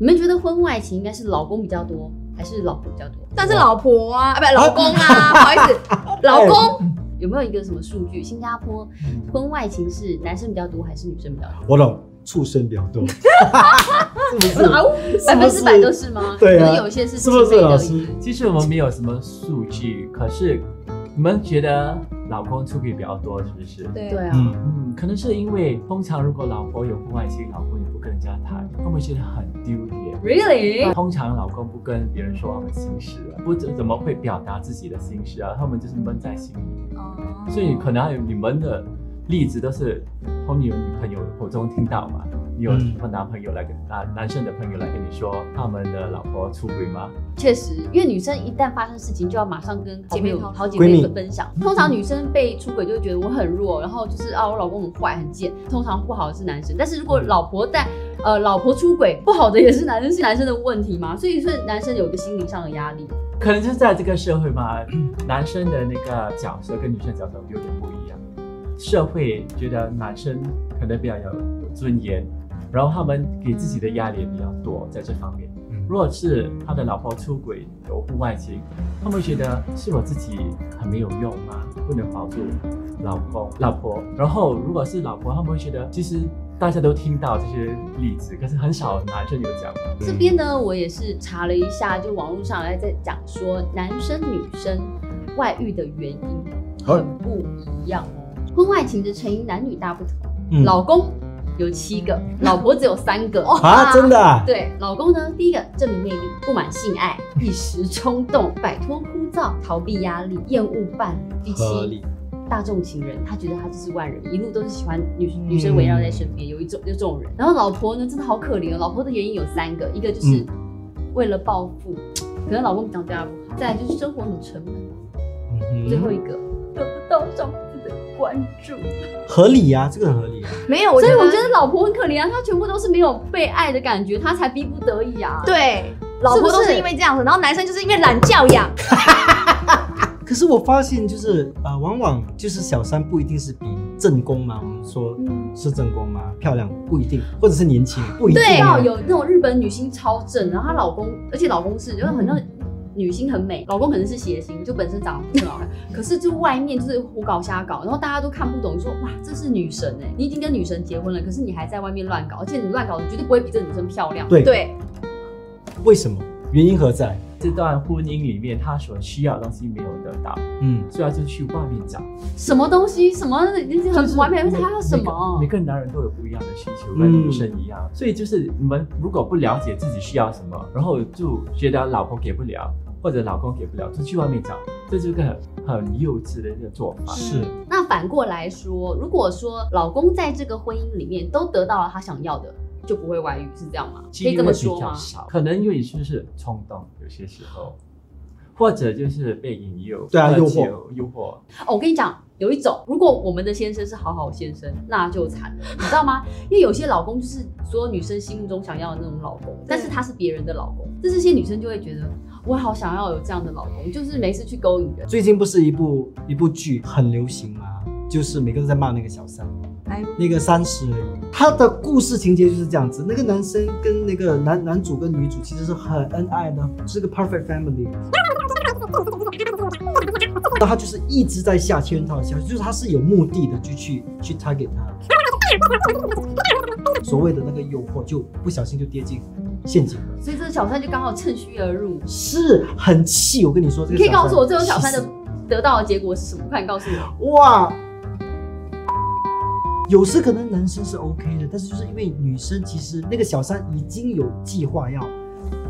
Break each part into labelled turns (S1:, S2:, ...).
S1: 你们觉得婚外情应该是老公比较多，还是老婆比较多？
S2: 但是老婆
S3: 哦
S2: 啊，啊不，老公啊，不好意 思，老公，
S1: 有没有一个什么数据？新加坡
S4: 嗯
S1: 婚外情是男生比较多还是女生比较多？
S4: 我懂，畜生比较多，是不
S3: 哎
S4: 是？
S1: 百分之百都是吗？
S4: 对啊
S1: 可是有一些是
S4: 是不
S1: 自费
S4: 是
S1: 的
S4: 老师？
S3: 其实我们没有什么数据，可是你们觉得老公出轨比较多，是不是？
S2: 对
S1: 对啊，
S4: 嗯，
S3: 嗯，可能是因为通常如果老婆有婚外情，老公也不跟人家谈，他们觉得很丢脸。
S2: ，really，
S3: 通常老公不跟别人说他们心事，不怎怎么会表达自己的心事啊，他们就是闷在心里。
S2: 哦
S3: 所以可能还有你们的例子都是从你有女朋友口中听到嘛，你有
S4: 嗯
S3: 什么男朋友来跟啊男生的朋友来跟你说他们的老婆出轨吗？
S1: 确实，因为女生一旦发生事情，就要马上跟好朋友、好姐
S4: 闺
S1: 妹
S4: 蜜
S1: 分分享。通常女生被出轨就会觉得我很弱，然后就是啊，我老公很坏、很贱。通常不好的是男生，但是如果老婆在，呃，老婆出轨不好的也是男生，是男生的问题嘛？所以说男生有一个心理上的压力。
S3: 可能就是在这个社会吧，男生的那个角色跟女生角色有点不一样。社会觉得男生可能比较有尊严，然后他们给自己的压力也比较多，在这方面。如果是他的老婆出轨有婚外情，他们觉得是我自己很没有用吗？不能保住老公老婆。然后如果是老婆，他们会觉得其实大家都听到这些例子，可是很少男生有讲。
S1: 这边呢，我也是查了一下，就网络上来在讲说男生女生外遇的原因
S4: 好
S1: 很不一样哦。婚外情的成因男女大不同，
S4: 嗯
S1: 老公有七个，老婆只有三个。
S4: 啊，真的啊，
S1: 对，老公呢，第一个证明魅力，不满性 爱，一时冲动，摆脱枯燥，逃避压力，厌恶伴侣。第
S4: 合
S1: 七，
S4: 理，
S1: 大众情人，他觉得他就是万人迷，一路都是喜欢女
S4: 嗯
S1: 女生围绕在身边，有一种有这种人。然后老婆呢，真的好可怜哦，老婆的原因有三个，一个就是为了报复，可能老公长对她不好，再来就是生活很沉闷，
S4: 嗯哼
S1: 最后一个得不到丈夫的关注。
S4: 合理呀，这个很合理啊，
S2: 没有，我
S1: 所
S2: 觉
S1: 以
S2: 得
S1: 我觉得老婆很可怜啊，她全部都是没有被爱的感觉，她才逼不得已啊。。
S2: 对，老婆都
S1: 是不
S2: 是
S1: 是
S2: 因为这样子，然后男生就是因为懒教养，
S4: 可是我发现就是呃，往往就是小三不一定是比正宫嘛，我们说
S1: 嗯
S4: 是正宫嘛，漂亮不一定，或者是年轻不一定
S2: 对
S4: 啊，
S1: 到有那种日本女星超正，然后她老公，而且老公是就是很像女星很美，老公可能是谐星，就本身长得不是很好看， 可是就外面就是胡搞瞎搞，然后大家都看不懂，说哇这是女神哎、你已经跟女神结婚了，可是你还在外面乱搞，而且你乱搞你绝对不会比这个女生漂亮。
S4: 对，
S2: 对，
S4: 为什么？原因何在？
S3: 这段婚姻里面，他所需要的东西没有得到，
S4: 嗯，
S3: 所以他啊就去外面找。
S1: 什么东西什么
S3: 就是
S1: 很完美，
S3: 每
S1: 她要什么
S3: 每个？每个男人都有不一样的需求，
S4: 嗯
S3: 跟女生一样。所以就是你们如果不了解自己需要什么，然后就觉得老婆给不了，或者老公给不了，就去外面找，这就是个很很幼稚的一个做
S1: 嗯
S3: 法。
S4: 是
S1: 那反过来说，如果说老公在这个婚姻里面都得到了他想要的，就不会外遇，是这样吗？可
S3: 机
S1: 以这
S3: 会
S1: 么
S3: 比
S1: 说
S3: 较
S1: 吗？
S3: 少，可能因为就是冲动，有些时候，或者就是被引诱，
S4: 对啊
S3: 喝
S4: 诱
S3: 酒
S4: 惑，
S3: 诱惑。
S1: 哦，我跟你讲，有一种，如果我们的先生是好好先生，那就惨了，你知道吗？因为有些老公就是所有女生心目中想要的那种老公，但是他是别人的老公，这这些女生就会觉得，我好想要有这样的老公，就是没事去勾引人。
S4: 最近不是一部一部剧很流行吗？就是每个人在骂那个小三，
S2: 哎
S4: 那个三十而已。他的故事情节就是这样子，那个男生跟那个男男主跟女主其实是很恩爱的，是个 perfect family。那他就是一直在下圈套，下就是他是有目的的就去去 target 他，所谓的那个诱惑就不小心就跌进陷阱了，
S1: 所以这个小三就刚好趁虚而入。
S4: 是很气。我跟你说，这
S1: 你
S4: 个
S1: 可以
S4: 小三
S1: 告诉我，最后小三
S4: 气死
S1: 的得到的结果是什么？快点告诉我。
S4: 哇，有时可能男生是 OK 的，但是就是因为女生其实那个小三已经有计划要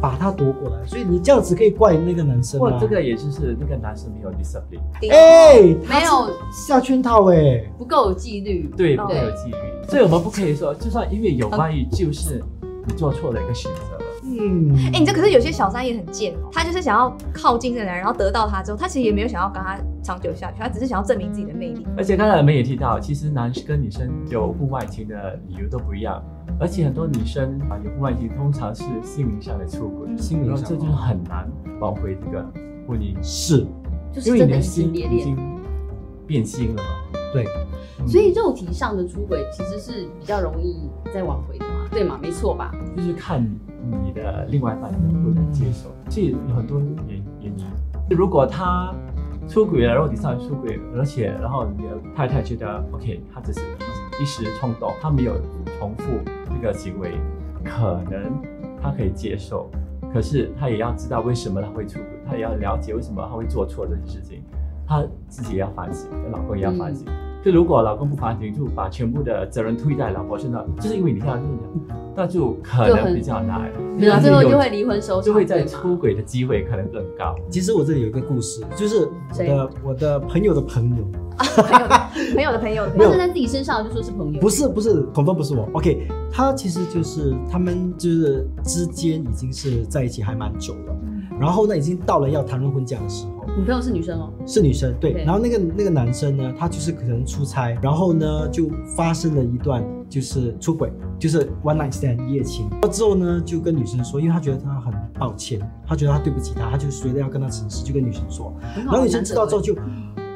S4: 把他夺过来，所以你这样子可以怪那个男生
S3: 或
S4: 吗？
S3: 这个也就是那个男生没有 discipline，
S4: 哎、
S1: 没有
S4: 下圈套哎、
S1: 不够有纪律，
S3: 对，
S2: 哦
S3: 不会有纪律。所以我们不可以说，就算因为有外遇，
S1: 嗯
S3: 就是你做错了一个选择了。
S4: 嗯，
S2: 哎、你知道，可是有些小三也很贱哦，他就是想要靠近这个男人，然后得到他之后，他其实也没有想要跟他长久下去，他只是想要证明自己的 魅力。
S3: 而且刚才我们也提到，其实男生跟女生有婚外情的理由都不一样，而且很多女生啊有婚外情，通常是心灵上的出轨，
S1: 嗯
S4: 心灵
S3: 然后
S4: 上
S3: 这就是很难挽回这个婚姻，
S4: 是
S1: 就是
S3: 因为
S1: 真的
S3: 你的
S1: 移情
S3: 心
S1: 别
S3: 已
S1: 恋。
S3: 经变心了嘛。
S4: 对，
S3: 嗯
S1: 所以肉体上的出轨其实是比较容易再挽回的嘛，对嘛？没错吧？
S3: 就是看你的另外一半能不能接受，这有很多原原因。如果他出轨了，然后第三人出轨，而且然后你的太太觉得 OK，他只是一时冲动，他没有重复这个行为，可能他可以接受，可是他也要知道为什么他会出轨，他也要了解为什么他会做错这件事情，他自己也要反省，老公也要反省。就如果老公不反省，就把全部的责任推在老婆身上，就是因为你这样，那就可
S1: 就
S3: 能
S1: 很
S3: 比较难，
S1: 对啊，
S3: 那
S1: 最后
S3: 有
S1: 就会离婚收场，
S3: 就会在
S1: 对吗
S3: 出轨的机会可能更高。
S4: 其实我这里有一个故事，就是我的我的朋友的朋友，
S2: 朋友的朋友的朋友的朋
S1: 或
S2: 友
S1: 是在自己身上就说是朋友，
S4: 不是不是，恐怕不是我。OK，他其实就是他们就是之间已经是在一起还蛮久了，然后呢已经到了要谈论婚嫁的时候，
S1: 你朋友是女生哦，
S4: 是女生对，
S1: 对
S4: 然后那个那个男生呢，他就是可能出差，然后呢就发生了一段就是出轨，就是 one night stand 一夜情。之后呢就跟女生说，因为他觉得他很抱歉，他觉得他对不起她，他就觉得要跟她诚实，就跟女生说。
S1: 然
S4: 然后女生知道之后就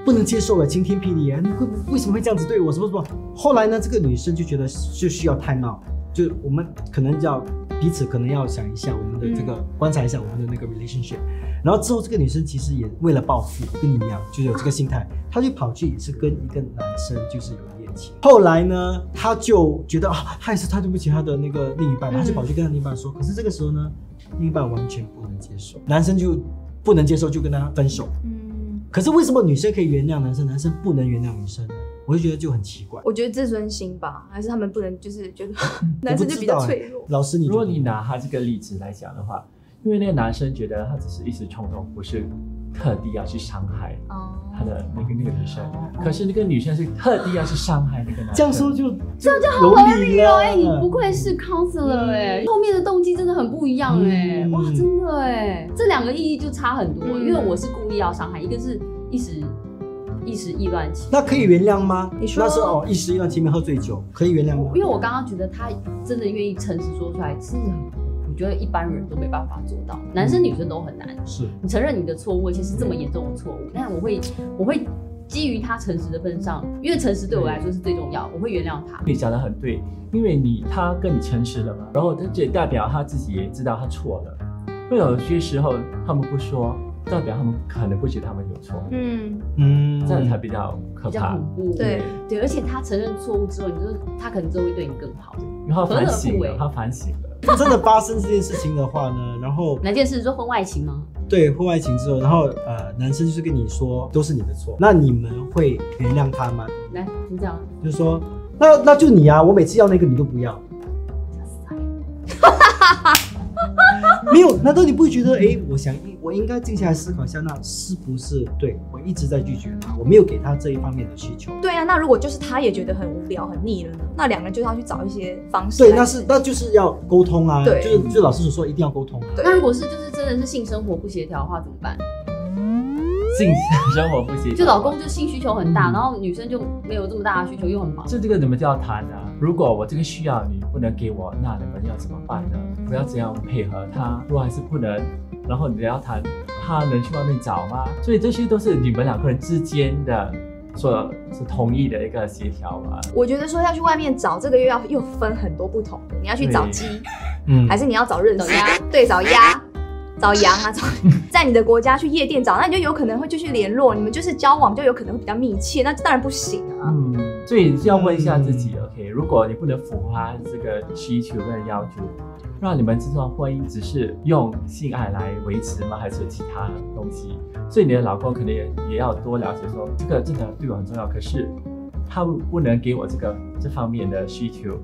S4: 不能接受了，晴天霹雳啊！你会为什么会这样子对我？什么什么？后来呢，这个女生就觉得就需要 time out，就我们可能要彼此可能要想一下我们的这个、观察一下我们的那个 relationship。然后之后这个女生其实也为了报复，跟你一样，就是有这个心态，她就跑去也是跟一个男生就是有恋情。后来呢，她就觉得啊，她也是她对不起她的那个另一半，她就跑去跟她另一半说。可是这个时候呢，另一半完全不能接受，男生就不能接受，就跟她分手。
S2: 嗯，
S4: 可是为什么女生可以原谅男生，男生不能原谅女生呢？我就觉得就很奇怪。
S2: 我觉得自尊心吧，还是他们不能就是觉 得男生就比较脆弱。
S4: 老师你觉
S3: 如
S4: 得
S3: 果
S4: 呢，
S3: 你拿他这个例子来讲的话，因为那个男生觉得他只是一时冲动，不是特地要去伤害
S2: 哦，
S3: 欸他的那个那个女生，可是那个女生是特地要去伤害那个男生。
S4: 这样说就这样就
S1: 合
S4: 有
S1: 理
S4: 了。
S1: 哦，哎、你不愧是 counselor 哎、后面的动机真的很不一样哎、
S4: 嗯
S1: 哇，真的哎、这两个意义就差很多，
S2: 嗯
S1: 因为我是故意要伤害，一个是一时一时意乱情。
S4: 那可以原谅吗？
S2: 你说
S4: 那时候哦，一时一段情没喝醉酒，可以原谅吗
S1: 我因？为我刚刚觉得他真的愿意诚实说出来，是我觉得一般人都没办法做到，
S4: 嗯
S1: 男生女生都很难。
S4: 是，
S1: 你承认你的错误，而且是这么严重的错误，
S4: 嗯
S1: 那我会我会基于他诚实的份上，因为诚实对我来说是最重要，我会原谅他。
S3: 你讲的很对，因为你他跟你诚实了嘛，然后他这也代表他自己也知道他错了。因为有些时候他们不说，代表他们可能不觉得他们有错，
S2: 嗯，
S4: 嗯
S3: 这样才比较可
S1: 比较
S3: 怕。
S1: 恐怖，
S2: 对
S1: 对，而且他承认错误之后，你就是他可能之后会对你更好。
S3: 然后反
S1: 何乐
S3: 省
S1: 不为
S3: 了，他反省了。
S4: 真的发生这件事情的话呢，然后
S1: 哪件事？你说婚外情吗？
S4: 对婚外情之后，然后呃，男生就是跟你说都是你的错，那你们会原谅他吗？
S1: 来，你讲。
S4: 就是说，那那就你啊，我每次要那个你都 不要。没有，难道你不会觉得，哎，我想应我应该静下来思考一下，那是不是对我一直在拒绝他，我没有给他这一方面的需求？
S2: 对啊，那如果就是他也觉得很无聊、很腻了呢，那两个人就是要去找一些方式来。
S4: 对，那是那就是要沟通啊，
S2: 啊对
S4: 就是就老师所说，一定要沟通啊。
S2: 对
S1: 那如果是就是真的是性生活不协调的话，怎么办？
S3: 性生活不协调
S1: 就老公就性需求很大，
S3: 嗯
S1: 然后女生就没有这么大的需求，又很忙。
S3: 这这个你们就要谈啊。如果我这个需要你不能给我，那你们要怎么办呢？我要怎样配合他？如果还是不能，然后你们要谈，他能去外面找吗？所以这些都是你们两个人之间的所所同意的一个协调嘛。
S2: 我觉得说要去外面找这个又要又分很多不同的，你要去找
S3: 对
S2: 鸡，
S4: 嗯
S2: 还是你要找认识
S1: 找鸭？
S2: 对，找鸭。找羊啊， 找在你的国家去夜店找，那你就有可能会继续联络，你们就是交往就有可能会比较密切，那当然不行啊。
S3: 嗯，所以要问一下自己、o k 如果你不能符合他这个需求跟要求，那你们这段婚姻只是用性爱来维持吗？还是有其他东西？所以你的老公肯定也也要多了解说，这个真的对我很重要，可是他不能给我这个这方面的需求，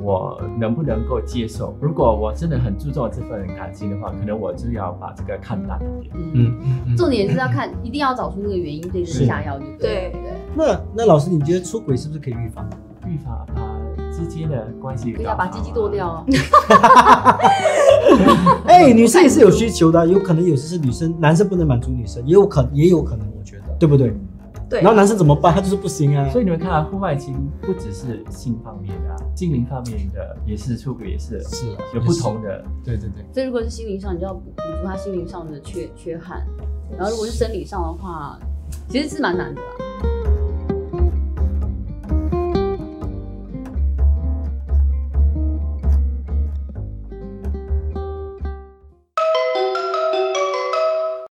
S3: 我能不能够接受？如果我真的很注重这份感情的话，可能我就要把这个看淡一点。
S1: 嗯，
S4: 嗯嗯嗯
S1: 重点是要看，一定要找出那个原因对症下药，就对了。
S2: 对
S4: 那那老师，你觉得出轨是不是可以预 防？
S3: 预防啊之间的关系搞
S1: 对，
S3: 好啊，
S1: 要把鸡鸡剁掉啊！
S4: 哎，女生也是有需求的啊，有可能有些是女生，男生不能满足女生，也有可也有可能，我觉得，对不对？
S2: 对，
S4: 然后男生怎么办？他就是不行啊。
S3: 所以你们看、啊，婚外情不只是性方面的、啊，心灵方面的也是出轨，也是
S4: 是啊
S3: 有不同的。
S4: 对对对，
S1: 所以如果是心灵上，你就要补足他心灵上的缺缺憾；然后如果是生理上的话，其实是蛮难的啦。